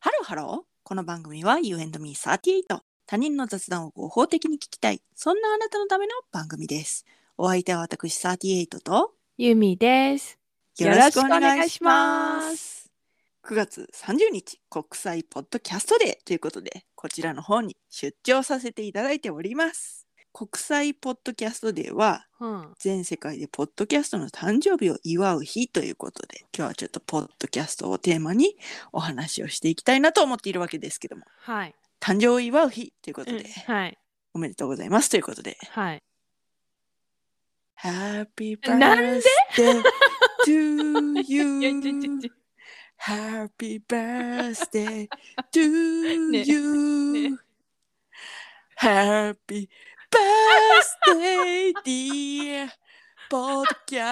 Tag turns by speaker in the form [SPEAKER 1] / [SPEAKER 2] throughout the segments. [SPEAKER 1] ハロー。この番組は You and Me38。他人の雑談を合法的に聞きたい。そんなあなたのための番組です。お相手は私38と。
[SPEAKER 2] ゆみです。よろしくお願いします
[SPEAKER 1] 9月30日、国際ポッドキャストデーということで、こちらの方に出張させていただいております。国際ポッドキャストデーは、
[SPEAKER 2] うん、
[SPEAKER 1] 全世界でポッドキャストの誕生日を祝う日ということで今日はちょっとポッドキャストをテーマにお話をしていきたいなと思っているわけですけども
[SPEAKER 2] はい、
[SPEAKER 1] 誕生を祝う日ということ
[SPEAKER 2] う
[SPEAKER 1] で、
[SPEAKER 2] んはい、
[SPEAKER 1] おめでとうございますということで
[SPEAKER 2] はい。
[SPEAKER 1] Happy
[SPEAKER 2] なんで
[SPEAKER 1] birthday to
[SPEAKER 2] いやちょちょ
[SPEAKER 1] you
[SPEAKER 2] ちょ
[SPEAKER 1] Happy birthday to
[SPEAKER 2] ね
[SPEAKER 1] you、Happy birthday
[SPEAKER 2] ね
[SPEAKER 1] dear podcast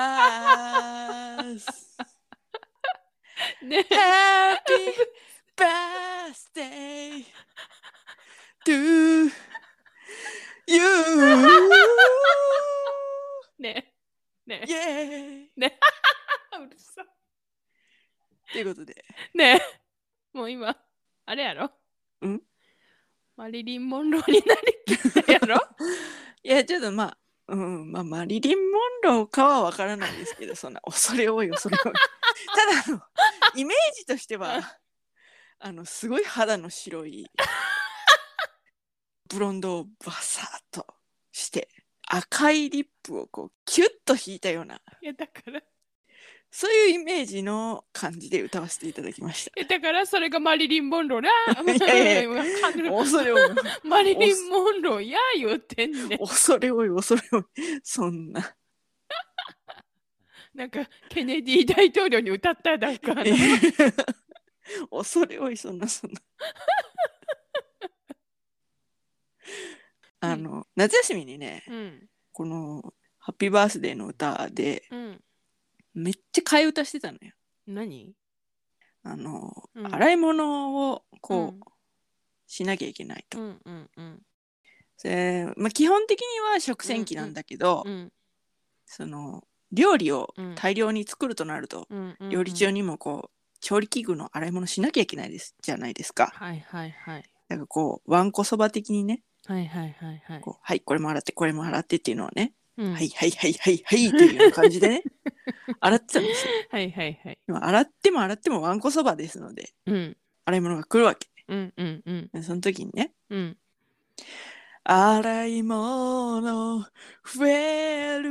[SPEAKER 2] ね
[SPEAKER 1] Happy birthday to you
[SPEAKER 2] ねね
[SPEAKER 1] yeah
[SPEAKER 2] うるさ
[SPEAKER 1] ということで
[SPEAKER 2] ねもう今、あれやろ
[SPEAKER 1] ん
[SPEAKER 2] マリリン・モンローになりきったやろ
[SPEAKER 1] いやちょっとまあうんまあマリリン・モンローかはわからないですけどそんな恐れ多い恐れ 多いただあのイメージとしてはあのすごい肌の白いブロンドをバサッとして赤いリップをこうキュッと引いたようない
[SPEAKER 2] や、だから、い
[SPEAKER 1] そういうイメージの感じで歌わせていただきました。
[SPEAKER 2] やだからそれがマリリン・モンローな
[SPEAKER 1] いやいや恐れ多い
[SPEAKER 2] マリリン・モンローや言うてんねん
[SPEAKER 1] 恐れ多い恐れ多いそんな
[SPEAKER 2] なんかケネディ大統領に歌ったやだから
[SPEAKER 1] 恐れ多いそんなそんなあの夏休みにね
[SPEAKER 2] うん
[SPEAKER 1] この「ハッピーバースデー」の歌で
[SPEAKER 2] うん
[SPEAKER 1] めっちゃ替え歌してたのよ。
[SPEAKER 2] 何
[SPEAKER 1] あの、
[SPEAKER 2] うん
[SPEAKER 1] 洗い物をこう、
[SPEAKER 2] ん
[SPEAKER 1] しなきゃいけないと。
[SPEAKER 2] うんうんうん
[SPEAKER 1] それまあ、基本的には食洗機なんだけど、
[SPEAKER 2] うん
[SPEAKER 1] その料理を
[SPEAKER 2] うん
[SPEAKER 1] 大量に作るとなると、
[SPEAKER 2] うんうん
[SPEAKER 1] 料理中にもこう調理器具の洗い物しなきゃいけないですじゃないですか。
[SPEAKER 2] はいはいはい
[SPEAKER 1] なんかこうわんこそば的にね
[SPEAKER 2] はいはいはいはい
[SPEAKER 1] こうはいこれも洗ってこれも洗ってっていうのをね、
[SPEAKER 2] うん
[SPEAKER 1] はいはいはいはいはいっていうような感じでね洗ってたんですよ。
[SPEAKER 2] はいはいはい
[SPEAKER 1] でも洗っても洗ってもわんこそばですので
[SPEAKER 2] うん
[SPEAKER 1] 洗い物が来るわけ。
[SPEAKER 2] うんうんうん
[SPEAKER 1] でその時にね
[SPEAKER 2] うん
[SPEAKER 1] 洗い物増える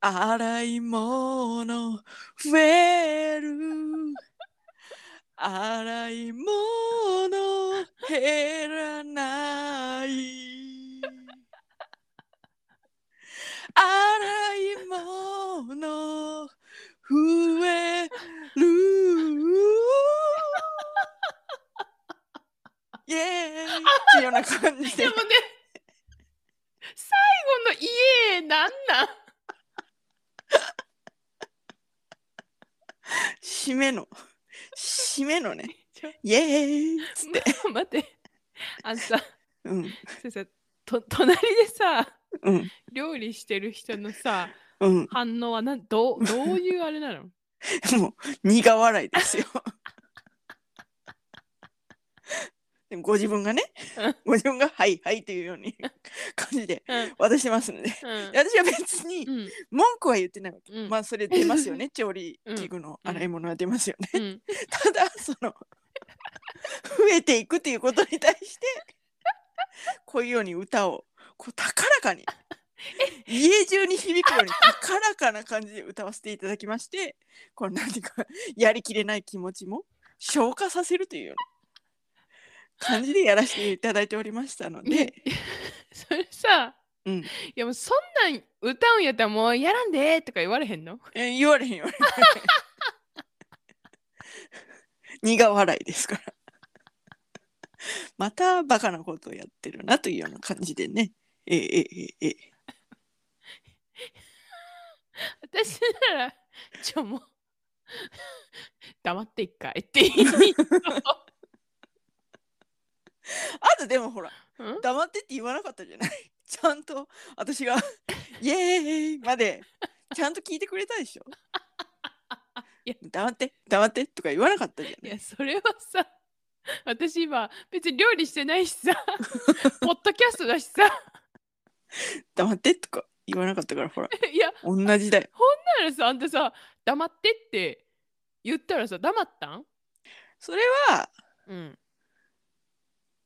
[SPEAKER 1] 洗い物増える洗い物減らない洗い物増えるイエーイっていうような感じ
[SPEAKER 2] で
[SPEAKER 1] で
[SPEAKER 2] もね最後の「家」なんなん
[SPEAKER 1] 締めの締めのね
[SPEAKER 2] ちょ
[SPEAKER 1] イエーイっつって、
[SPEAKER 2] 待ってあのさ
[SPEAKER 1] うん
[SPEAKER 2] 先生と隣でさ
[SPEAKER 1] うん
[SPEAKER 2] 料理してる人のさ
[SPEAKER 1] うん、
[SPEAKER 2] 反応はなんどうどういうあ れなの
[SPEAKER 1] もう苦笑いですよ。でもご自分がね
[SPEAKER 2] うん
[SPEAKER 1] ご自分が「はいはい」というように感じで
[SPEAKER 2] うん
[SPEAKER 1] 渡してますんで
[SPEAKER 2] うん
[SPEAKER 1] 私は別に
[SPEAKER 2] うん
[SPEAKER 1] 文句は言ってないわけ、
[SPEAKER 2] うん
[SPEAKER 1] まあそれ出ますよね調理器具の洗い物は出ますよね、
[SPEAKER 2] うん
[SPEAKER 1] ただその増えていくっていうことに対してこういうように歌をこう高らかに家中に響くように高らかな感じで歌わせていただきましてこう何かやりきれない気持ちも消化させるというような感じでやらせていただいておりましたので、
[SPEAKER 2] それさ
[SPEAKER 1] うん、
[SPEAKER 2] いやもうそんなん歌うんやったらもうやらんでーとか言われへんの
[SPEAKER 1] え言われへん 言われへん苦笑いですからまたバカなことをやってるなというような感じでねえええええ
[SPEAKER 2] 私ならちょもう 黙って一回って言い
[SPEAKER 1] あとでもほら
[SPEAKER 2] うん
[SPEAKER 1] 黙ってって言わなかったじゃない ちゃんと私が「イエーイ!」までちゃんと聞いてくれたでしょ
[SPEAKER 2] いや
[SPEAKER 1] 黙って黙ってとか言わなかったじゃん
[SPEAKER 2] いやそれはさ私今別に料理してない しさポッドキャストだしさ
[SPEAKER 1] 黙ってとか言わなかったからほら
[SPEAKER 2] いや
[SPEAKER 1] 同じだよ
[SPEAKER 2] だからさあんたさ黙ってって言ったらさ黙ったん
[SPEAKER 1] それは
[SPEAKER 2] うん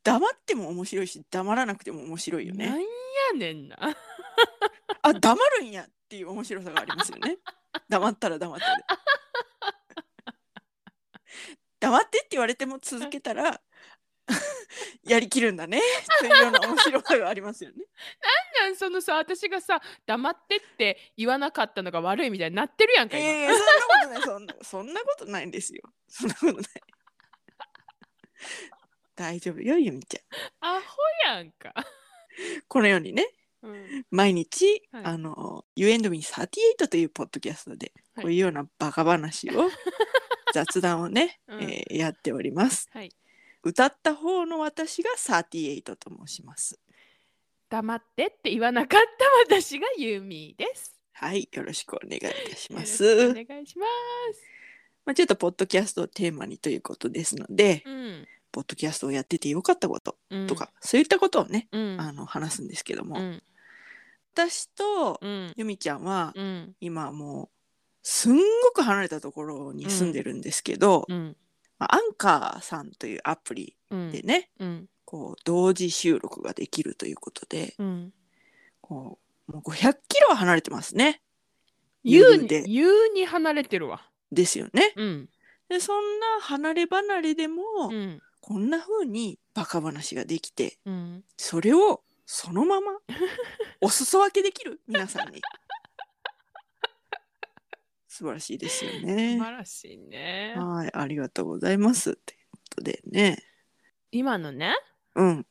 [SPEAKER 1] 黙っても面白いし黙らなくても面白いよ
[SPEAKER 2] な
[SPEAKER 1] ね
[SPEAKER 2] んやねんな
[SPEAKER 1] あ黙るんやっていう面白さがありますよね黙ったら黙ってる黙ってって言われても続けたらやりきるんだねというような面白さがありますよね
[SPEAKER 2] なんそのさ私がさ黙ってって言わなかったのが悪いみたいになってるやんか今、
[SPEAKER 1] ええそんなことないそんなそんなことないんですよそんなことない大丈夫よゆみちゃ
[SPEAKER 2] アホやんか、
[SPEAKER 1] んこのようにね
[SPEAKER 2] うん、
[SPEAKER 1] 毎日、
[SPEAKER 2] はい
[SPEAKER 1] あの You and me38 というポッドキャストで
[SPEAKER 2] はい
[SPEAKER 1] こういうようなバカ話 を、雑談をね、
[SPEAKER 2] うん
[SPEAKER 1] えーやっております
[SPEAKER 2] はい
[SPEAKER 1] 歌った方の私が38と申します
[SPEAKER 2] 黙ってって言わなかった私がユーミーです
[SPEAKER 1] はいよろしくお願いいたし
[SPEAKER 2] よ
[SPEAKER 1] ま
[SPEAKER 2] ろし
[SPEAKER 1] す
[SPEAKER 2] くお願いしま
[SPEAKER 1] まあ、ちょっとポッドキャストをテーマにということですので、
[SPEAKER 2] すうん、
[SPEAKER 1] ポッドキャストをやっててよかったこと
[SPEAKER 2] うん、
[SPEAKER 1] とか、そういったことをね
[SPEAKER 2] うん
[SPEAKER 1] あの話すんですけども、
[SPEAKER 2] うん
[SPEAKER 1] 私と
[SPEAKER 2] うん
[SPEAKER 1] ゆみちゃんは
[SPEAKER 2] うん
[SPEAKER 1] 今もうすんごく離れたところに住んでるんですけど、
[SPEAKER 2] うん
[SPEAKER 1] まあアンカーさんというアプリ
[SPEAKER 2] うん
[SPEAKER 1] でね、
[SPEAKER 2] うん
[SPEAKER 1] こう同時収録ができるということで
[SPEAKER 2] うん
[SPEAKER 1] こうもう500キロは離れてますね。
[SPEAKER 2] 言う
[SPEAKER 1] で
[SPEAKER 2] に言うに離れてるわ
[SPEAKER 1] ですよね。
[SPEAKER 2] うん
[SPEAKER 1] でそんな離れ離れでも、
[SPEAKER 2] うん
[SPEAKER 1] こんな風にバカ話ができて
[SPEAKER 2] うん
[SPEAKER 1] それをそのまま お裾分けできる皆さんに。素晴らしいですよ
[SPEAKER 2] 素
[SPEAKER 1] ね。
[SPEAKER 2] 晴らしいね
[SPEAKER 1] はい、ありがとうございます。ってことでね。
[SPEAKER 2] 今のね
[SPEAKER 1] うん。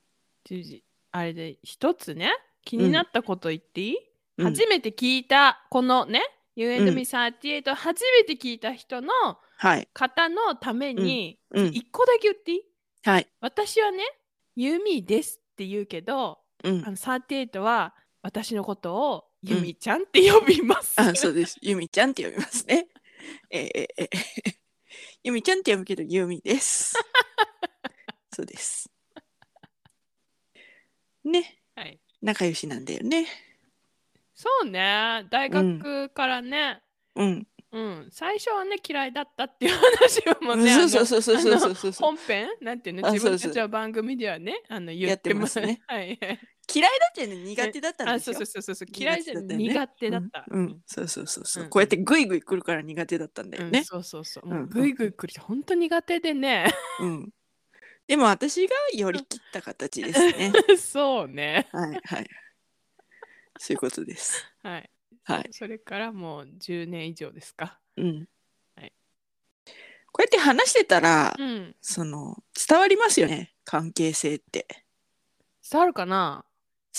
[SPEAKER 2] じゅうじあれで一つね気になったこと言っていい、
[SPEAKER 1] うん
[SPEAKER 2] 初めて聞いたこのね「You and
[SPEAKER 1] うん
[SPEAKER 2] me38」初めて聞いた人の
[SPEAKER 1] はい。
[SPEAKER 2] 方のために
[SPEAKER 1] うん。
[SPEAKER 2] 一個だけ言っていい、
[SPEAKER 1] はい。
[SPEAKER 2] 私はね「ユーミーです」って言うけど
[SPEAKER 1] うん
[SPEAKER 2] あ。の38は私のことを「ユミちゃん」って呼びます。
[SPEAKER 1] あ、そうです。ゆみちゃんって呼びますね。えーえーえーゆみちゃんって呼ぶけど、ゆみ です。そうです。ね。
[SPEAKER 2] はい、
[SPEAKER 1] 仲良しなんだよね。
[SPEAKER 2] そうね大学からね、
[SPEAKER 1] うん。
[SPEAKER 2] うん最初はね嫌いだったっていう話はもうねあ
[SPEAKER 1] そ
[SPEAKER 2] の
[SPEAKER 1] うそうそうそうそうそうそうそう。
[SPEAKER 2] 本編なんていうの
[SPEAKER 1] あ
[SPEAKER 2] 自分た
[SPEAKER 1] そう
[SPEAKER 2] ち
[SPEAKER 1] そ
[SPEAKER 2] は番組ではねあの言
[SPEAKER 1] や
[SPEAKER 2] っ
[SPEAKER 1] ってて
[SPEAKER 2] ま
[SPEAKER 1] ますす
[SPEAKER 2] ね
[SPEAKER 1] ね。
[SPEAKER 2] はいはい。
[SPEAKER 1] 嫌いだったよね。苦手だったん
[SPEAKER 2] あ
[SPEAKER 1] です
[SPEAKER 2] そう
[SPEAKER 1] よ
[SPEAKER 2] そう。そうそうそう嫌いじゃ
[SPEAKER 1] 苦手だったよね
[SPEAKER 2] 苦手だった。
[SPEAKER 1] うん、うん、そうそうそうそう、
[SPEAKER 2] うん
[SPEAKER 1] こうやってグイグイ来るから苦手だったんだ
[SPEAKER 2] う
[SPEAKER 1] よ
[SPEAKER 2] ん
[SPEAKER 1] ね。
[SPEAKER 2] そうそうそう。
[SPEAKER 1] うん
[SPEAKER 2] もうぐいぐい来る人本当苦手でね。
[SPEAKER 1] うん。でも私が寄り切った形です ね。
[SPEAKER 2] そうね。
[SPEAKER 1] はいはい。そういうことです。
[SPEAKER 2] はい。
[SPEAKER 1] はい。
[SPEAKER 2] それからもう10年以上ですか。
[SPEAKER 1] うん。
[SPEAKER 2] はい
[SPEAKER 1] こうやって話してたら、
[SPEAKER 2] うん。
[SPEAKER 1] その伝わりますよね。関係性って
[SPEAKER 2] 伝わるかな。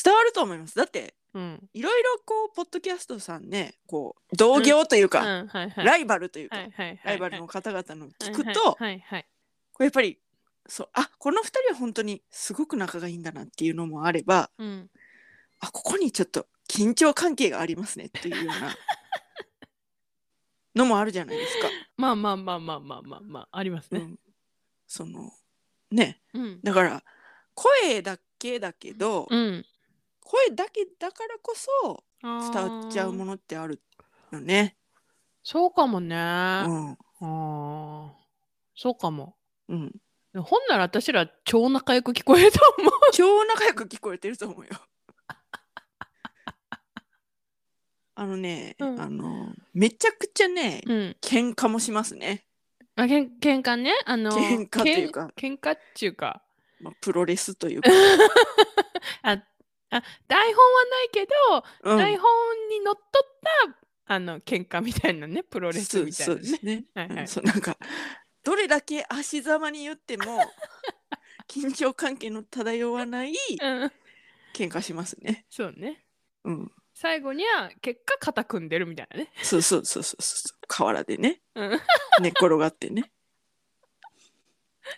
[SPEAKER 1] 伝わると思います。だって
[SPEAKER 2] うん。
[SPEAKER 1] いろいろこうポッドキャストさんね、こう同業という
[SPEAKER 2] う
[SPEAKER 1] か、
[SPEAKER 2] んはいはい。
[SPEAKER 1] ライバルというか、
[SPEAKER 2] はいはいは
[SPEAKER 1] ラ
[SPEAKER 2] い
[SPEAKER 1] イバルの方々の聞くと、
[SPEAKER 2] はいはい
[SPEAKER 1] これやっぱりそうあこの2人は本当にすごく仲がいいんだなっていうのもあれば
[SPEAKER 2] はい。うん。
[SPEAKER 1] あここにちょっと緊張関係がありますねっていうよう なのもあるじゃないですか。
[SPEAKER 2] まあまあまあまあまあまあまああります
[SPEAKER 1] う
[SPEAKER 2] ね。
[SPEAKER 1] ん、そのね
[SPEAKER 2] うん。
[SPEAKER 1] だから声だけだけど、
[SPEAKER 2] うん。
[SPEAKER 1] 声だけだからこそ伝わっちゃうも
[SPEAKER 2] の。
[SPEAKER 1] のってあるよね。
[SPEAKER 2] そうかもね。
[SPEAKER 1] うん
[SPEAKER 2] ああ、そうかも。
[SPEAKER 1] うん、
[SPEAKER 2] 本なら私ら超仲良く聞こえると思う。
[SPEAKER 1] 超仲良く聞こえてると 思うよ。あのね、
[SPEAKER 2] うん
[SPEAKER 1] あのめちゃくちゃね
[SPEAKER 2] うん。
[SPEAKER 1] 喧嘩もしますね、
[SPEAKER 2] あ、けん喧嘩ね。あの、
[SPEAKER 1] 喧嘩っていうか
[SPEAKER 2] けん喧嘩っていうか。
[SPEAKER 1] まあ、プロレスと いうか、
[SPEAKER 2] あ、あ、台本はないけど、
[SPEAKER 1] うん
[SPEAKER 2] 台本にのっとった、あの、喧嘩みたいなね、プロレスみたい
[SPEAKER 1] そうそ
[SPEAKER 2] な
[SPEAKER 1] うです
[SPEAKER 2] ね。
[SPEAKER 1] ね、
[SPEAKER 2] はいはい
[SPEAKER 1] うんそうなんかどれだけ足ざまに言って も緊張関係の漂わない
[SPEAKER 2] うん、
[SPEAKER 1] 喧嘩しますね、
[SPEAKER 2] そうね。
[SPEAKER 1] うん、
[SPEAKER 2] 最後には、結果、肩組んでるみたいなね。
[SPEAKER 1] そうそうそうそうそう河原でね
[SPEAKER 2] うん。
[SPEAKER 1] 寝っ転がってね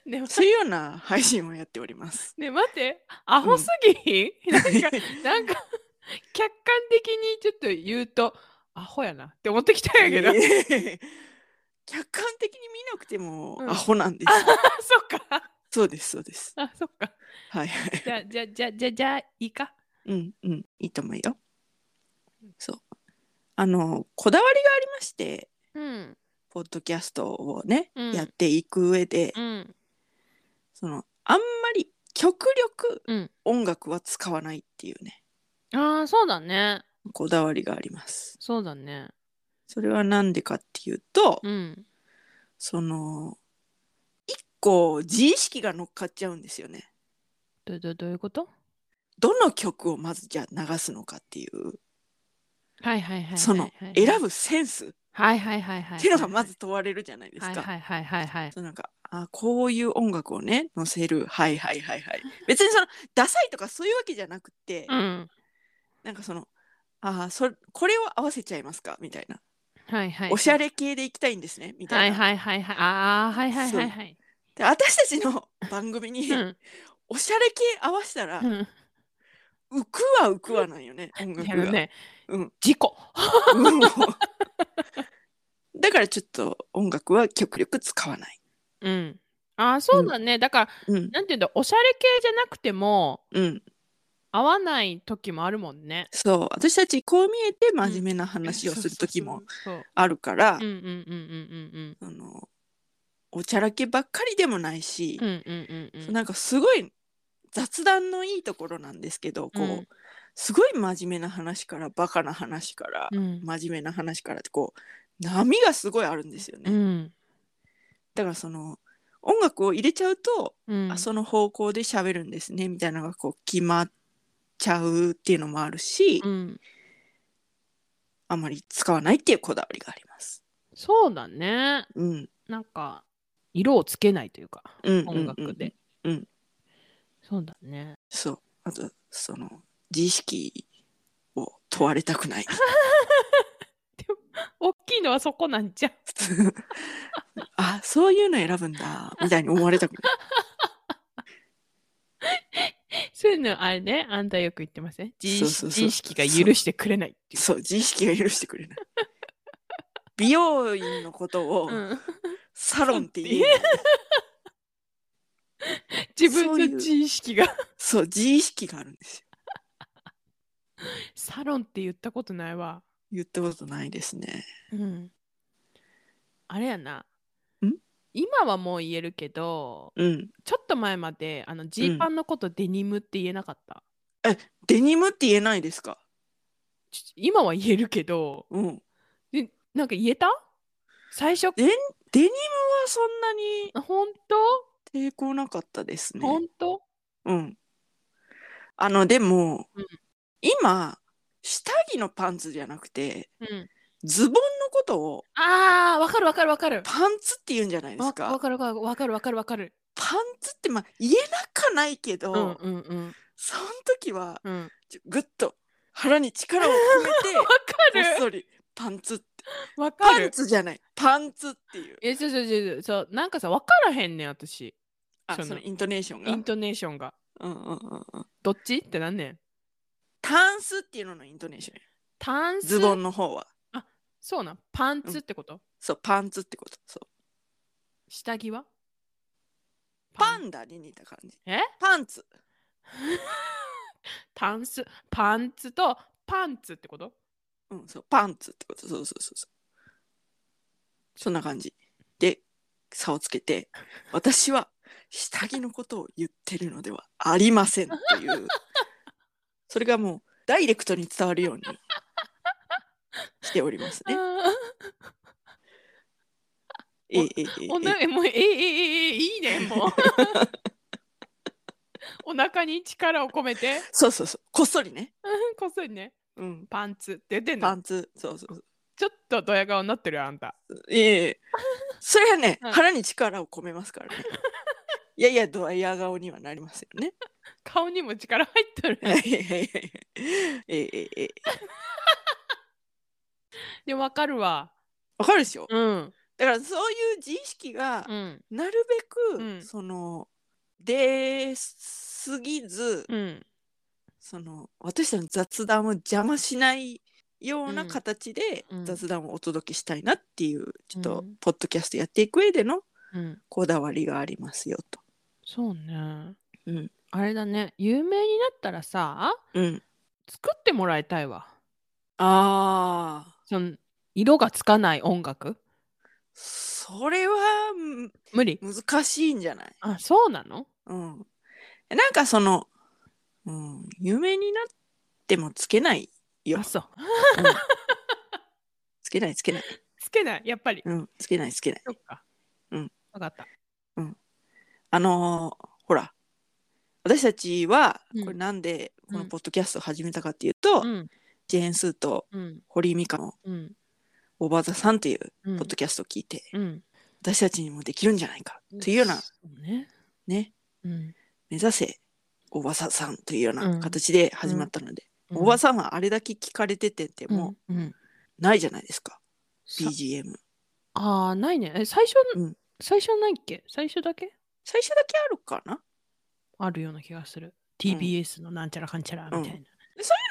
[SPEAKER 2] ね、
[SPEAKER 1] そういうような配信をやっております
[SPEAKER 2] ね、待って、アホすぎ ひん、なんか、なんか、客観的にちょっと言うと、アホやなって思ってきたんやけど。
[SPEAKER 1] いえいえ客観的に見なくても
[SPEAKER 2] うん
[SPEAKER 1] アホなんです、
[SPEAKER 2] そっか。
[SPEAKER 1] そうですそうです
[SPEAKER 2] あ、そっか。
[SPEAKER 1] はいはい
[SPEAKER 2] じゃあ、じゃあ、じゃあ、じゃあ、じゃあ、いいか。
[SPEAKER 1] うんうんいいと思うよそうあのこだわりがありまして
[SPEAKER 2] うん。
[SPEAKER 1] ポッドキャストをね、
[SPEAKER 2] うん
[SPEAKER 1] やっていく上で、
[SPEAKER 2] うん。
[SPEAKER 1] そのあんまり極力
[SPEAKER 2] うん
[SPEAKER 1] 音楽は使わないっていうね
[SPEAKER 2] ああ、そうだね。
[SPEAKER 1] こだわりがあります
[SPEAKER 2] そうだね。
[SPEAKER 1] それは何でかっていうと、
[SPEAKER 2] うん。
[SPEAKER 1] その一個自意識が乗っかっちゃうんですよね
[SPEAKER 2] ど、ど、どういうこと
[SPEAKER 1] どの曲をまずじゃあ流すのかっていう
[SPEAKER 2] はいはいはいはいはい。
[SPEAKER 1] その選。ぶセンスっ
[SPEAKER 2] はいはいはいはい。
[SPEAKER 1] ていうのがまず問われるじゃないです
[SPEAKER 2] はい
[SPEAKER 1] か。
[SPEAKER 2] はいはいはいはい。
[SPEAKER 1] そうなんかあこういう音楽をね載せるはいはいはいはい別にそのダサいとかそういうわけじゃなくて、
[SPEAKER 2] うん。
[SPEAKER 1] なんかそのあそこれを合わせちゃいますかみたいな、
[SPEAKER 2] はいはい。
[SPEAKER 1] おしゃれ系でいきたいんですねみた
[SPEAKER 2] はいい
[SPEAKER 1] な、
[SPEAKER 2] はいはいはい。ああ、はいはいはいはい。
[SPEAKER 1] で私たちの番組に
[SPEAKER 2] うん。
[SPEAKER 1] おしゃれ系合わせたら、
[SPEAKER 2] うん
[SPEAKER 1] 浮くわ浮くわなんよね音楽
[SPEAKER 2] いや
[SPEAKER 1] が
[SPEAKER 2] あ。のね、
[SPEAKER 1] うん
[SPEAKER 2] 事故。
[SPEAKER 1] うん だからちょっと音楽は極力使わない。
[SPEAKER 2] うん。ああ、そうだね。だから、
[SPEAKER 1] うん
[SPEAKER 2] なんていうんだ、おしゃれ系じゃなくても、
[SPEAKER 1] うん、
[SPEAKER 2] 合わない時もあるもんね。
[SPEAKER 1] そう私たちこう見えて真面目な話をする時も
[SPEAKER 2] そう。
[SPEAKER 1] あるから
[SPEAKER 2] そう。うんうんうん
[SPEAKER 1] あのおちゃらけばっかりでもないし
[SPEAKER 2] うんうん、うん。うんうんうんうん。
[SPEAKER 1] なんかすごい雑談のいいところなんですけどこう、
[SPEAKER 2] うん
[SPEAKER 1] すごい真面目な話からバカな話から、
[SPEAKER 2] うん
[SPEAKER 1] 真面目な話からってこう波がすごいあるんですよね。
[SPEAKER 2] うん
[SPEAKER 1] だからその音楽を入れちゃうと
[SPEAKER 2] うん。
[SPEAKER 1] あその方向で喋るんですねみたいなのがこう決まっちゃうっていうのもあるし、
[SPEAKER 2] うん。
[SPEAKER 1] あまり使わないっていうこだわりがあります。
[SPEAKER 2] そうだね。
[SPEAKER 1] うん、
[SPEAKER 2] なんか、色をつけないというか、
[SPEAKER 1] うん、うん
[SPEAKER 2] 音楽で。。
[SPEAKER 1] うんうんうん
[SPEAKER 2] そうだね。
[SPEAKER 1] そう、あとその自意識を問われたくない。
[SPEAKER 2] 大きいのはそこなん じゃん。
[SPEAKER 1] あ、そういうの選ぶんだみたいに思われたくない。
[SPEAKER 2] そういうの、あれね、あんたよく言ってますね。自意
[SPEAKER 1] そうそう
[SPEAKER 2] 識
[SPEAKER 1] そう
[SPEAKER 2] 自意識が許してくれないっていう。
[SPEAKER 1] そう、自意識が許してくれない。美容院のことを
[SPEAKER 2] うん
[SPEAKER 1] サロンって言うの、
[SPEAKER 2] 自
[SPEAKER 1] そういう
[SPEAKER 2] 分の自意識が
[SPEAKER 1] そう、自意識があるんですよ。
[SPEAKER 2] サロンって言ったことないわ、
[SPEAKER 1] 言ったことないですね。
[SPEAKER 2] うん、あれやなん今はもう言えるけど
[SPEAKER 1] うん、
[SPEAKER 2] ちょっと前まであのジーパンのことデニムって言えなかった、
[SPEAKER 1] デニムって言えないですか。
[SPEAKER 2] ちょ今は言えるけど
[SPEAKER 1] うん。
[SPEAKER 2] でなんか言えた最初
[SPEAKER 1] えデニムはそんなに
[SPEAKER 2] 本
[SPEAKER 1] 抵抗なかったです
[SPEAKER 2] 当
[SPEAKER 1] ね
[SPEAKER 2] 本。当
[SPEAKER 1] うん。あのでも、
[SPEAKER 2] うん
[SPEAKER 1] 今下着のパンツじゃなくて
[SPEAKER 2] うん
[SPEAKER 1] ズボンのことを
[SPEAKER 2] あーわかるわかるわかる
[SPEAKER 1] パンツって言うんじゃないで
[SPEAKER 2] わ
[SPEAKER 1] す
[SPEAKER 2] かわ
[SPEAKER 1] か。
[SPEAKER 2] かるわかるわかるわかるわかる
[SPEAKER 1] パンツってまあ言えなかないけど、
[SPEAKER 2] うんうんうん
[SPEAKER 1] その時は
[SPEAKER 2] うんわ
[SPEAKER 1] ちょぐっと腹に力を込
[SPEAKER 2] か
[SPEAKER 1] めてこっ
[SPEAKER 2] る
[SPEAKER 1] そりパンツって
[SPEAKER 2] わか
[SPEAKER 1] パン
[SPEAKER 2] る
[SPEAKER 1] ツじゃないパンツっていう。
[SPEAKER 2] えそうそうそうそうなんかさわからへんねん私
[SPEAKER 1] あ
[SPEAKER 2] その
[SPEAKER 1] そのイントネーションが。
[SPEAKER 2] イントネーションが
[SPEAKER 1] うんうんうんうん。
[SPEAKER 2] どっちってなんねん
[SPEAKER 1] タンスっていうののイントネーション。
[SPEAKER 2] タンス
[SPEAKER 1] ズボンの方は。
[SPEAKER 2] そうなんパンツってこと、
[SPEAKER 1] そう、パンツってこと。そう。
[SPEAKER 2] 下着は
[SPEAKER 1] パンダに似た感じ。
[SPEAKER 2] え
[SPEAKER 1] パンツ。
[SPEAKER 2] タンスパンツとパンツってこと
[SPEAKER 1] うん、そう、パンツってこと。そうそうそうそう。そんな感じ。で、差をつけて、私は下着のことを言ってるのではありませんっていう。それがもう、ダイレクトに伝わるようにしております ね。
[SPEAKER 2] あ
[SPEAKER 1] ええええええ
[SPEAKER 2] ーおなもうええええええいいね もうお腹に力を込めて
[SPEAKER 1] そうそうそう。こっそりね。
[SPEAKER 2] うんこっそりね
[SPEAKER 1] うん。
[SPEAKER 2] パンツって言ってん
[SPEAKER 1] パ
[SPEAKER 2] の
[SPEAKER 1] ンツ。そうそうそう。
[SPEAKER 2] ちょっとドヤ顔になってるよあんた
[SPEAKER 1] いえいえそれはね、
[SPEAKER 2] うん
[SPEAKER 1] 腹に力を込めます からね。いやいや、ドヤ顔にはなりますよね。
[SPEAKER 2] 顔にも力入っ てる
[SPEAKER 1] いやいやいやいやええええ
[SPEAKER 2] でわかるわ
[SPEAKER 1] わかるでしょ
[SPEAKER 2] うん
[SPEAKER 1] だからそういう自意識が
[SPEAKER 2] うん
[SPEAKER 1] なるべく、
[SPEAKER 2] うん
[SPEAKER 1] その出すぎず、
[SPEAKER 2] うん
[SPEAKER 1] その私たちの雑談を邪魔しないような形で
[SPEAKER 2] うん
[SPEAKER 1] 雑談をお届けしたいなっていう、ちょっ
[SPEAKER 2] う
[SPEAKER 1] と
[SPEAKER 2] ん
[SPEAKER 1] ポッドキャストやっていく上での
[SPEAKER 2] うん、
[SPEAKER 1] こだわりがありますよと。
[SPEAKER 2] そうね。
[SPEAKER 1] うん
[SPEAKER 2] あれだね、有名になったらさ、
[SPEAKER 1] うん、
[SPEAKER 2] 作ってもらいたいわ。
[SPEAKER 1] ああ
[SPEAKER 2] その色がつかない音楽
[SPEAKER 1] それはうん
[SPEAKER 2] 無理
[SPEAKER 1] 難しいんじゃない、
[SPEAKER 2] あ、そうなの
[SPEAKER 1] うん、なんかその、うん、有名になってもつけないよ
[SPEAKER 2] あ、。そう。
[SPEAKER 1] つけないつけない。
[SPEAKER 2] つけない、やっぱり。
[SPEAKER 1] うん、つけないつけない。
[SPEAKER 2] そっか。
[SPEAKER 1] うん。
[SPEAKER 2] わかった。
[SPEAKER 1] あのーほら私たちは
[SPEAKER 2] うん
[SPEAKER 1] これなんでこ
[SPEAKER 2] う
[SPEAKER 1] の
[SPEAKER 2] ん
[SPEAKER 1] ポッドキャストを始めたかっていうと、
[SPEAKER 2] うん、
[SPEAKER 1] ジェーン・スーと
[SPEAKER 2] うん、
[SPEAKER 1] 堀井美香の
[SPEAKER 2] うん。
[SPEAKER 1] 「オーバー・ザ・さんっていう
[SPEAKER 2] うん
[SPEAKER 1] ポッドキャストを聞いて、
[SPEAKER 2] うん。
[SPEAKER 1] 私たちにもできるんじゃないかというような
[SPEAKER 2] そうね。
[SPEAKER 1] ね
[SPEAKER 2] うん。
[SPEAKER 1] 目指せオーバー・ザ・さんというよう
[SPEAKER 2] う
[SPEAKER 1] なん形で始まったので、オーバー・ザ・さんはあれだけ聞かれててても
[SPEAKER 2] うん、うん。
[SPEAKER 1] うないじゃないですか、
[SPEAKER 2] さ
[SPEAKER 1] BGM
[SPEAKER 2] ああ、ないね。え、最初、
[SPEAKER 1] うん
[SPEAKER 2] 最初ないっけ最初だけ
[SPEAKER 1] 最初だけあるかな
[SPEAKER 2] あるような気がする。TBS のなんちゃらかんちゃらみたい
[SPEAKER 1] そういう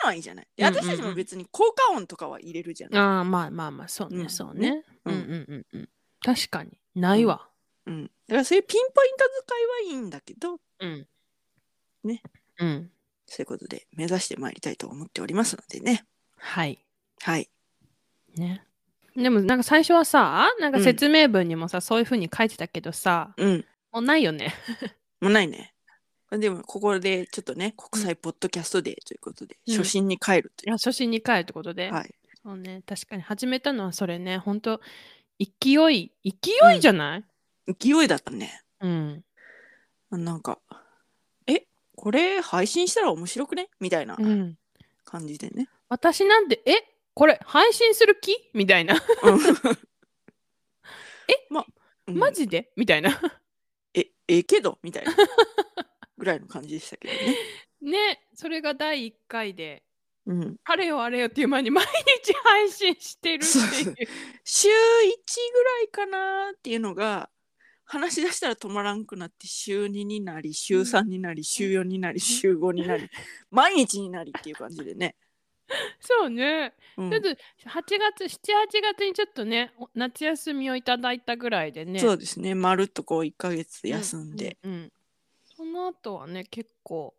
[SPEAKER 1] のはいいじゃないで
[SPEAKER 2] うんうんうん
[SPEAKER 1] 私たちも別に効果音とかは入れるじゃない、
[SPEAKER 2] な。ああ、まあまあまあ、そうね、
[SPEAKER 1] うん
[SPEAKER 2] そうね。う
[SPEAKER 1] うんん
[SPEAKER 2] うんうんうん。確かに。ないわ。
[SPEAKER 1] うんだからそういうピンポイント使いはいいんだけど
[SPEAKER 2] うん。
[SPEAKER 1] ね。
[SPEAKER 2] うん。
[SPEAKER 1] そういうことで目指してまいりたいと思っておりますのでね。
[SPEAKER 2] はい。
[SPEAKER 1] はい。
[SPEAKER 2] ね。でもなんか最初はさ、なんか説明文にもさ、そういうふうに書いてたけどさ、
[SPEAKER 1] うん。
[SPEAKER 2] もうないよね。
[SPEAKER 1] もうないね。でも、ここでちょっとね、国際ポッドキャストデーということで、
[SPEAKER 2] うん
[SPEAKER 1] 初心に帰ると
[SPEAKER 2] い
[SPEAKER 1] い
[SPEAKER 2] や初心に帰るってことで。
[SPEAKER 1] う。はい。
[SPEAKER 2] そうね、確かに始めたのはそれね、本当勢い、勢いじゃない、
[SPEAKER 1] 勢いだったね。
[SPEAKER 2] うん、
[SPEAKER 1] なんか、え、これ配信したら面白くねみたいな
[SPEAKER 2] うん
[SPEAKER 1] 感じでね。
[SPEAKER 2] 私なんて、えこれ配信する気みたいな。
[SPEAKER 1] え ま、うん
[SPEAKER 2] マジでみたいな。
[SPEAKER 1] え、ええけどみたいな。ぐらいの感じでしたけどね。
[SPEAKER 2] ね、それが第1回で、
[SPEAKER 1] うん。
[SPEAKER 2] あれよあれよっていう間に毎日配信してる
[SPEAKER 1] そう
[SPEAKER 2] っていう。
[SPEAKER 1] 週1ぐらいかなっていうのが話し出したら止まらんくなって週2になり週3になり週4になり週5になり毎日になりっていう感じでね。
[SPEAKER 2] そうね。
[SPEAKER 1] うん
[SPEAKER 2] ちょっと8月、7、8月にちょっとね、お夏休みをいただいたぐらいでね。
[SPEAKER 1] そうですねまるっとこう1ヶ月休んで、
[SPEAKER 2] うん。うんうんその後はね、結構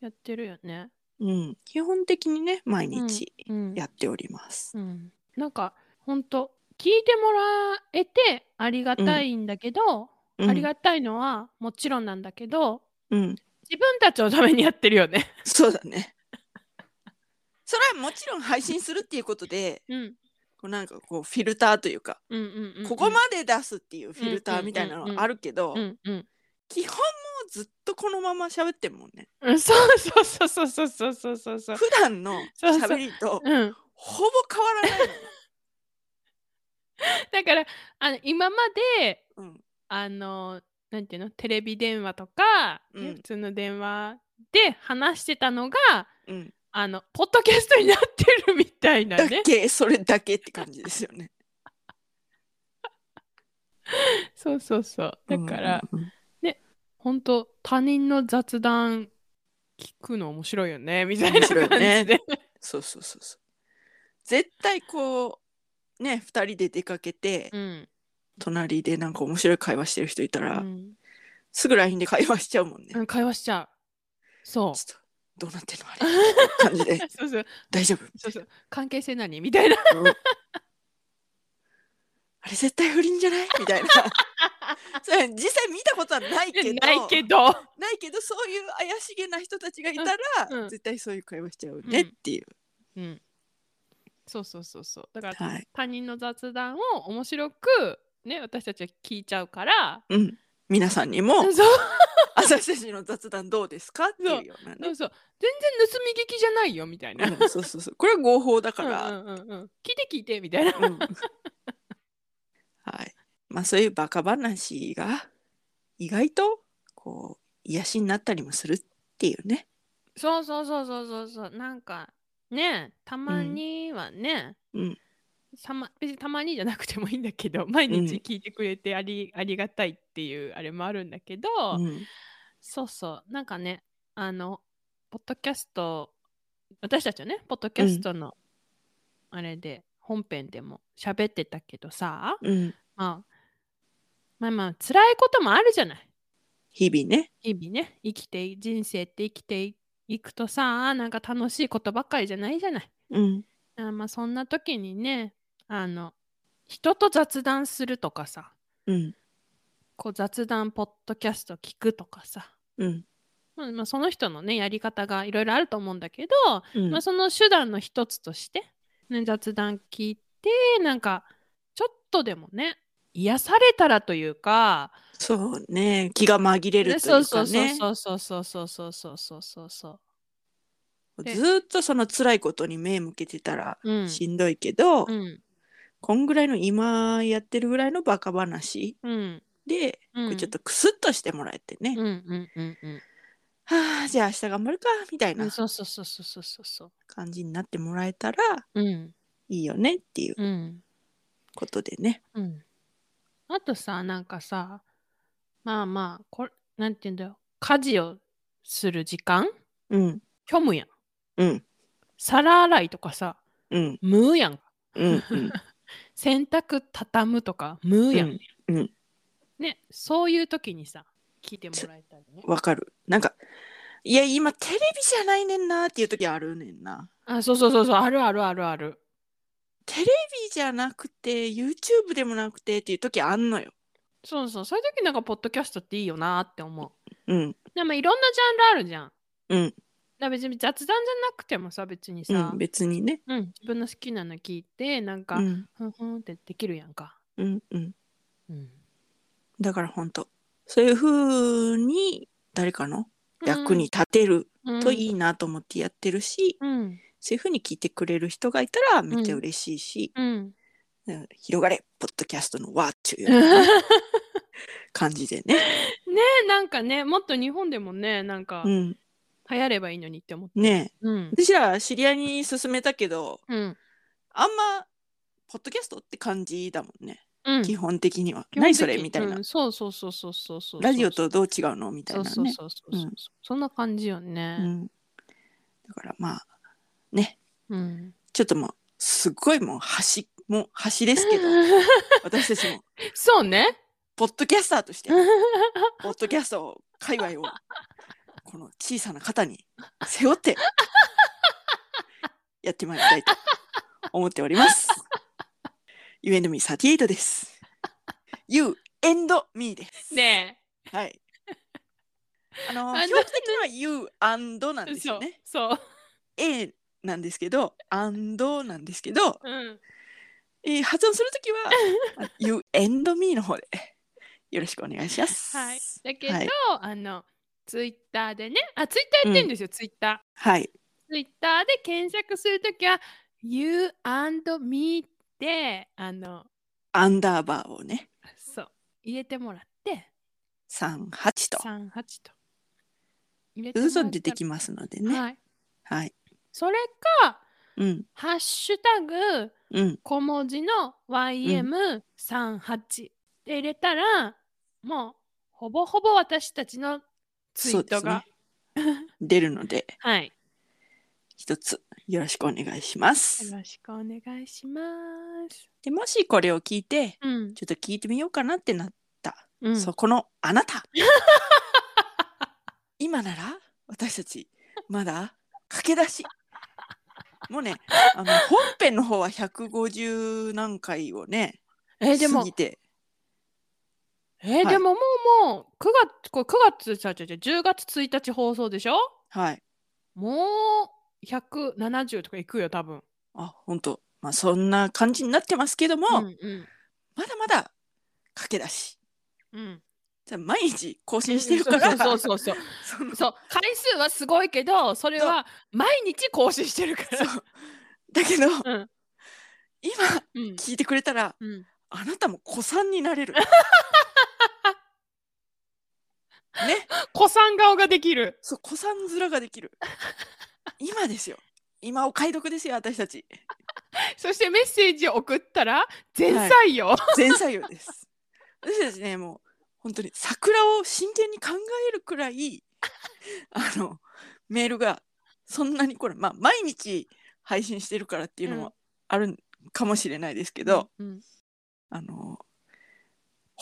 [SPEAKER 2] やってるよね。
[SPEAKER 1] うん基本的にね毎日
[SPEAKER 2] うん
[SPEAKER 1] やっております。
[SPEAKER 2] うん、なんかほんと聞いてもらえてありがたいんだけど、
[SPEAKER 1] うん
[SPEAKER 2] ありがたいのはもちろんなんだけど
[SPEAKER 1] うん、
[SPEAKER 2] 自分たちのためにやってるよね。
[SPEAKER 1] そうだね。それはもちろん配信するっていうことで
[SPEAKER 2] うん
[SPEAKER 1] こうなんかこうフィルターというか、
[SPEAKER 2] うんうんうんうん、
[SPEAKER 1] ここまで出すっていうフィルターみたいなのあるけど。
[SPEAKER 2] うんうん
[SPEAKER 1] 基本もうずっとこのまま喋ってるもんね
[SPEAKER 2] うん、そうそうそうそうそうそうそうそうそう
[SPEAKER 1] 普段の
[SPEAKER 2] そうそう
[SPEAKER 1] 喋りと
[SPEAKER 2] うん、
[SPEAKER 1] ほぼ変わらないのよ、
[SPEAKER 2] だからあの今まで
[SPEAKER 1] うん、
[SPEAKER 2] あのなんていうのテレビ電話とか、ね
[SPEAKER 1] うん
[SPEAKER 2] 普通の電話で話してたのが
[SPEAKER 1] うん、
[SPEAKER 2] あのポッドキャストになってるみたいな
[SPEAKER 1] だ
[SPEAKER 2] ね。
[SPEAKER 1] けそれだけって感じですよね
[SPEAKER 2] そうそうそう。だから、
[SPEAKER 1] うんうんうん
[SPEAKER 2] 本当他人の雑談聞くの面白いよねみたいな
[SPEAKER 1] 面白
[SPEAKER 2] 感
[SPEAKER 1] い
[SPEAKER 2] じ
[SPEAKER 1] よね
[SPEAKER 2] で、
[SPEAKER 1] そうそうそうそう絶対こうね2人で出かけて、
[SPEAKER 2] うん
[SPEAKER 1] 隣でなんか面白い会話してる人いたら、
[SPEAKER 2] うん
[SPEAKER 1] すぐ LINE で会話しちゃうもんね、
[SPEAKER 2] うん、会話しちゃうそう
[SPEAKER 1] ちょっとどうなってんのあれ みたいな感じで
[SPEAKER 2] そうそう
[SPEAKER 1] 大丈夫
[SPEAKER 2] そうそう関係性何みたいな
[SPEAKER 1] うんあれ絶対不倫じゃないみたいな それ実際見たことはないけど
[SPEAKER 2] ないけど、
[SPEAKER 1] ないけどそういう怪しげな人たちがいたら、
[SPEAKER 2] うんうん
[SPEAKER 1] 絶対そういう会話しちゃうねっていう、
[SPEAKER 2] うん、そうそうそうそうだから
[SPEAKER 1] はい、
[SPEAKER 2] 他人の雑談を面白くね私たちは聞いちゃうから
[SPEAKER 1] うん、皆さんにも
[SPEAKER 2] そうそう
[SPEAKER 1] 私たちの雑談どうですかっていうような
[SPEAKER 2] そう
[SPEAKER 1] ね
[SPEAKER 2] 全然盗み聞きじゃないよみたいな、
[SPEAKER 1] うんそうそうそうこれは合法だから、
[SPEAKER 2] うんうんうんうん、聞いて聞いてみたいな
[SPEAKER 1] うんはいまあそういうバカ話が意外とこう癒しになったりもするっていうね
[SPEAKER 2] そうそうそうそうそうそうなんかねたまにはね、
[SPEAKER 1] うん
[SPEAKER 2] たま別にたまにじゃなくてもいいんだけど毎
[SPEAKER 1] う
[SPEAKER 2] 日
[SPEAKER 1] ん
[SPEAKER 2] 聞いてくれてあり,、ありがたいっていうあれもあるんだけど、
[SPEAKER 1] うん
[SPEAKER 2] そうそうなんかねあのポッドキャスト私たちはねポッドキャストのあれで本編でも喋ってたけどさ、
[SPEAKER 1] うん、
[SPEAKER 2] まあ、まあまあ辛いこともあるじゃない
[SPEAKER 1] 日々ね。
[SPEAKER 2] 日々ね生きてい人生って生きていいくとさなんか楽しいことばっかりじゃないじゃない
[SPEAKER 1] うん、
[SPEAKER 2] あまあそんな時にねあの人と雑談するとかさ
[SPEAKER 1] うん、
[SPEAKER 2] こう雑談ポッドキャスト聞くとかさ、
[SPEAKER 1] うん、
[SPEAKER 2] まあ、まあその人のねやり方がいろいろあると思うんだけど、
[SPEAKER 1] うん、
[SPEAKER 2] まあ、その手段の一つとして、ね、雑談聞いてなんかちょっとでもね癒されたらというか
[SPEAKER 1] そうね。気が紛れると
[SPEAKER 2] そ
[SPEAKER 1] いうう
[SPEAKER 2] そ
[SPEAKER 1] か
[SPEAKER 2] うそう
[SPEAKER 1] ね。
[SPEAKER 2] そうそうそうそうそうそうそうそうそ
[SPEAKER 1] ず
[SPEAKER 2] で
[SPEAKER 1] ーっとその辛いことに目向けてたら
[SPEAKER 2] ううん
[SPEAKER 1] しんどいけど、
[SPEAKER 2] うん
[SPEAKER 1] こんぐらいの今やってるぐらいのバカ話
[SPEAKER 2] うん
[SPEAKER 1] で、こ
[SPEAKER 2] う
[SPEAKER 1] うんちょっとクスッとしてもらえてね。
[SPEAKER 2] うんうんうんうん
[SPEAKER 1] はあ、じゃあ明日頑張るかみたい
[SPEAKER 2] うん
[SPEAKER 1] な
[SPEAKER 2] そうそうそうそうそうそうそ
[SPEAKER 1] 感じになってもらえたら
[SPEAKER 2] ううん
[SPEAKER 1] いいよねっていう
[SPEAKER 2] うん
[SPEAKER 1] ことでね。
[SPEAKER 2] うん。あとさ、なんかさ、まあまあ、これ、なんて言うんだよ。家事をする時間
[SPEAKER 1] うん、
[SPEAKER 2] 虚無やん。
[SPEAKER 1] うん、
[SPEAKER 2] 皿洗いとかさ、
[SPEAKER 1] うん、
[SPEAKER 2] 無やん。
[SPEAKER 1] うん、 うん、
[SPEAKER 2] 洗濯畳むとか、無やん。
[SPEAKER 1] うんうん
[SPEAKER 2] ね、そういう時にさ、聞いてもらいたいね。
[SPEAKER 1] わかる。なんか、いや、今テレビじゃないねんなっていう時あるねんな。
[SPEAKER 2] あ、そうそうそうそう、あるあるあるある。
[SPEAKER 1] テレビじゃなくて、YouTube でもなくてっていう時あんのよ。
[SPEAKER 2] そうそう、そういう時なんか、ポッドキャストっていいよなーって思う。
[SPEAKER 1] うん、
[SPEAKER 2] でも、いろんなジャンルあるじゃん。だか
[SPEAKER 1] うん、
[SPEAKER 2] ら別に雑談じゃなくてもさ、別に
[SPEAKER 1] う
[SPEAKER 2] さ、
[SPEAKER 1] ん、別にね。
[SPEAKER 2] うん、自分の好きなの聞いてなん
[SPEAKER 1] う
[SPEAKER 2] か、
[SPEAKER 1] ん、
[SPEAKER 2] ふんふんってできるやんか。
[SPEAKER 1] うん、うん。
[SPEAKER 2] うん、
[SPEAKER 1] だから本当そういう風に誰かの役に立てるとい
[SPEAKER 2] い。
[SPEAKER 1] いなと思ってやってるし、
[SPEAKER 2] うん
[SPEAKER 1] そういう風に聞いてくれる人がいたらめっちゃ嬉しいし、
[SPEAKER 2] うん、
[SPEAKER 1] うん広がれポッドキャストの輪っていうよう な
[SPEAKER 2] ね
[SPEAKER 1] 感じでね。
[SPEAKER 2] なんかねもっと日本でもねなんか
[SPEAKER 1] うん、
[SPEAKER 2] 流行ればいいのにって思って。
[SPEAKER 1] ねえ
[SPEAKER 2] うん
[SPEAKER 1] 私ら知り合いに勧めたけど
[SPEAKER 2] うん
[SPEAKER 1] あんまポッドキャストって感じだもんね、
[SPEAKER 2] うん、
[SPEAKER 1] 基本的には
[SPEAKER 2] 基本
[SPEAKER 1] 何
[SPEAKER 2] 的に
[SPEAKER 1] それみたいな、
[SPEAKER 2] うんそうそうそうそうそうそう
[SPEAKER 1] ラジオとどう違うのみたい
[SPEAKER 2] そ
[SPEAKER 1] な
[SPEAKER 2] う
[SPEAKER 1] ね
[SPEAKER 2] そうそうそうそう、
[SPEAKER 1] うん
[SPEAKER 2] そんな感じよ
[SPEAKER 1] う
[SPEAKER 2] ね。
[SPEAKER 1] ん、だからまあね
[SPEAKER 2] うん、
[SPEAKER 1] ちょっともうすっごいもう端もう端ですけど 私たちも
[SPEAKER 2] そう ね。
[SPEAKER 1] ポッドキャスターとしてポッドキャストを界隈をこの小さな肩に背負っ てやってまいりたいと思っております。You and me38 です。You and me です。
[SPEAKER 2] ね
[SPEAKER 1] はい。あの
[SPEAKER 2] あの
[SPEAKER 1] 表記的には You and なん
[SPEAKER 2] え。
[SPEAKER 1] です
[SPEAKER 2] そう
[SPEAKER 1] よね。
[SPEAKER 2] そう。
[SPEAKER 1] A なんですけど and なんですけど、
[SPEAKER 2] うん。
[SPEAKER 1] えー発音するとき は You and me の方でよろしくお願いします。
[SPEAKER 2] はい。だけど、
[SPEAKER 1] はい
[SPEAKER 2] あのツイッターでね、あツイッターやってるんですよ、ツイッター。
[SPEAKER 1] はい。
[SPEAKER 2] ツイッターで検索するときは You and me であの
[SPEAKER 1] アンダーバーをね。
[SPEAKER 2] そう入れてもらって
[SPEAKER 1] 三八と。
[SPEAKER 2] 38と入れ
[SPEAKER 1] ずっと出て
[SPEAKER 2] ま
[SPEAKER 1] きますのですね。
[SPEAKER 2] はい、
[SPEAKER 1] はい。
[SPEAKER 2] それか
[SPEAKER 1] うん。
[SPEAKER 2] 「ハッシュタグ
[SPEAKER 1] うん。
[SPEAKER 2] 小文字の YM38」で入れたら、もうほぼほぼ私たちのツイ
[SPEAKER 1] そ
[SPEAKER 2] ー
[SPEAKER 1] うで
[SPEAKER 2] ト
[SPEAKER 1] すね
[SPEAKER 2] が、。
[SPEAKER 1] 出るので、
[SPEAKER 2] はい
[SPEAKER 1] 一つよろしくお願いします
[SPEAKER 2] よ。ろしくお願いします
[SPEAKER 1] で、もしこれを聞いて、
[SPEAKER 2] うん、
[SPEAKER 1] ちょっと聞いてみようかなってなった。
[SPEAKER 2] うん、
[SPEAKER 1] そこのあなた。今なら、私たち、まだ駆け出し。もうね、あの本編の方は150何回をね、
[SPEAKER 2] えでも
[SPEAKER 1] 過ぎて、
[SPEAKER 2] えー
[SPEAKER 1] はい
[SPEAKER 2] でももうもう9月これ9月ちゃうちゃうちゃう10月1日放送でしょ
[SPEAKER 1] はい。
[SPEAKER 2] もう170とかいくよ多分
[SPEAKER 1] あ、本当まあそんな感じになってますけども、
[SPEAKER 2] んうん
[SPEAKER 1] まだまだ駆け出し。
[SPEAKER 2] うん
[SPEAKER 1] じゃあ毎日更新してるから、
[SPEAKER 2] そうそうそうそう
[SPEAKER 1] その
[SPEAKER 2] そう回数はすごいけどそれは毎日更新してるから
[SPEAKER 1] そうだけど、
[SPEAKER 2] うん
[SPEAKER 1] 今
[SPEAKER 2] うん
[SPEAKER 1] 聞いてくれたら、
[SPEAKER 2] うん
[SPEAKER 1] あなたも子さんになれ る。ね、
[SPEAKER 2] 子さん顔ができる
[SPEAKER 1] そう子さん面ができる。今ですよ。今お買い得ですよ、私たち。
[SPEAKER 2] そしてメッセージを送ったら全採用、
[SPEAKER 1] 全採用です。 私たちね、もう本当に桜を真剣に考えるくらい、 あの、メールがそんなにこれ、まあ毎日配信してるからっていうの
[SPEAKER 2] うん
[SPEAKER 1] もあるかもしれないですけど、
[SPEAKER 2] うんうん
[SPEAKER 1] あの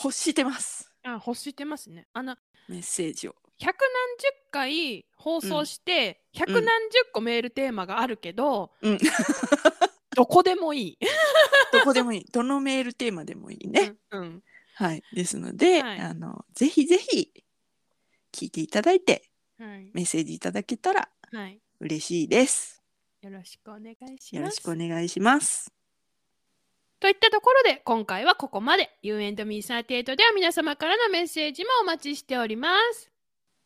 [SPEAKER 1] 欲してます
[SPEAKER 2] あ欲してますねあの
[SPEAKER 1] メッセージを。
[SPEAKER 2] 百何十回放送して百
[SPEAKER 1] ん
[SPEAKER 2] 何十個メールテーマがあるけど、
[SPEAKER 1] うん
[SPEAKER 2] どこでもいい。
[SPEAKER 1] どこでもい いどのメールテーマでもいいね。
[SPEAKER 2] うんうん
[SPEAKER 1] はい、ですので、
[SPEAKER 2] はい
[SPEAKER 1] あのぜひぜひ聞いていただいて
[SPEAKER 2] はい、
[SPEAKER 1] メッセージいただけたら
[SPEAKER 2] はい、
[SPEAKER 1] 嬉しいです。
[SPEAKER 2] よろしくお願いし
[SPEAKER 1] よろ
[SPEAKER 2] ま
[SPEAKER 1] し
[SPEAKER 2] す
[SPEAKER 1] く。お願いします。
[SPEAKER 2] といったところで今回はここまで U&Me38 では皆様からのメッセージもお待ちしております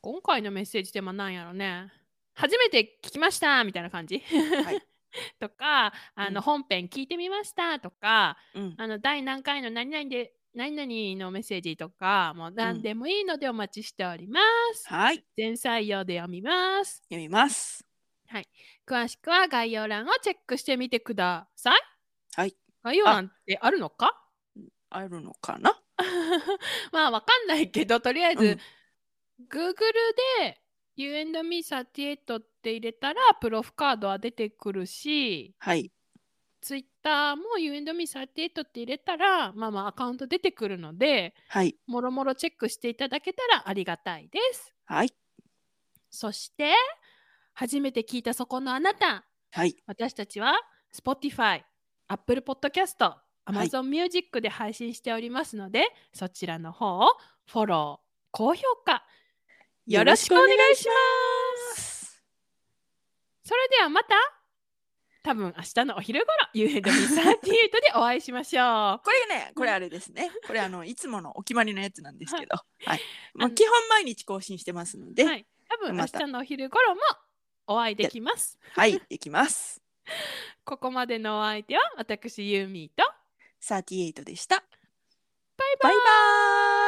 [SPEAKER 2] 今回のメッセージテーマなんやろね初めて聞きましたみたいな感じ、
[SPEAKER 1] い
[SPEAKER 2] とかあ
[SPEAKER 1] うん
[SPEAKER 2] の本編聞いてみましたとか、
[SPEAKER 1] うん、
[SPEAKER 2] あの第何回の何々で何々のメッセージとかもう何でもいいのでお待ちしております、
[SPEAKER 1] はい
[SPEAKER 2] 全採用で読みます
[SPEAKER 1] 読みます。
[SPEAKER 2] 詳しくは概要欄をチェックしてみてください
[SPEAKER 1] はい
[SPEAKER 2] 概要欄ってあるのか
[SPEAKER 1] あるのかな？
[SPEAKER 2] まあわかんないけどとりあえず、
[SPEAKER 1] うん
[SPEAKER 2] Google で「You and me38」って入れたらプロフカードは出てくるし
[SPEAKER 1] はい。
[SPEAKER 2] Twitter も「You and me38」って入れたらまあまあアカウント出てくるので
[SPEAKER 1] はい。
[SPEAKER 2] もろもろチェックしていただけたらありがたいです。
[SPEAKER 1] はい。
[SPEAKER 2] そして初めて聞いたそこのあなた
[SPEAKER 1] はい。
[SPEAKER 2] 私たちは Spotify、Apple Podcast、
[SPEAKER 1] い
[SPEAKER 2] Amazon Music で配信しておりますので、そちらの方をフォロー、高評価よろしくお願いします。
[SPEAKER 1] す。
[SPEAKER 2] それではまた多分明日のお昼頃 u n w 3 8でお会いしましょう。
[SPEAKER 1] これね、これあれですね。これあのいつものお決まりのやつなんですけど、はい。ま
[SPEAKER 2] あ
[SPEAKER 1] あ
[SPEAKER 2] の
[SPEAKER 1] 基本毎日更新してますので、
[SPEAKER 2] は
[SPEAKER 1] はい、
[SPEAKER 2] い、多分明
[SPEAKER 1] また
[SPEAKER 2] 日のお昼頃もお会いできます。
[SPEAKER 1] できます。
[SPEAKER 2] ここまでのお相手は私ユーミーと
[SPEAKER 1] 38でした。
[SPEAKER 2] バ
[SPEAKER 1] バ
[SPEAKER 2] イ
[SPEAKER 1] イバ
[SPEAKER 2] バイ
[SPEAKER 1] イ。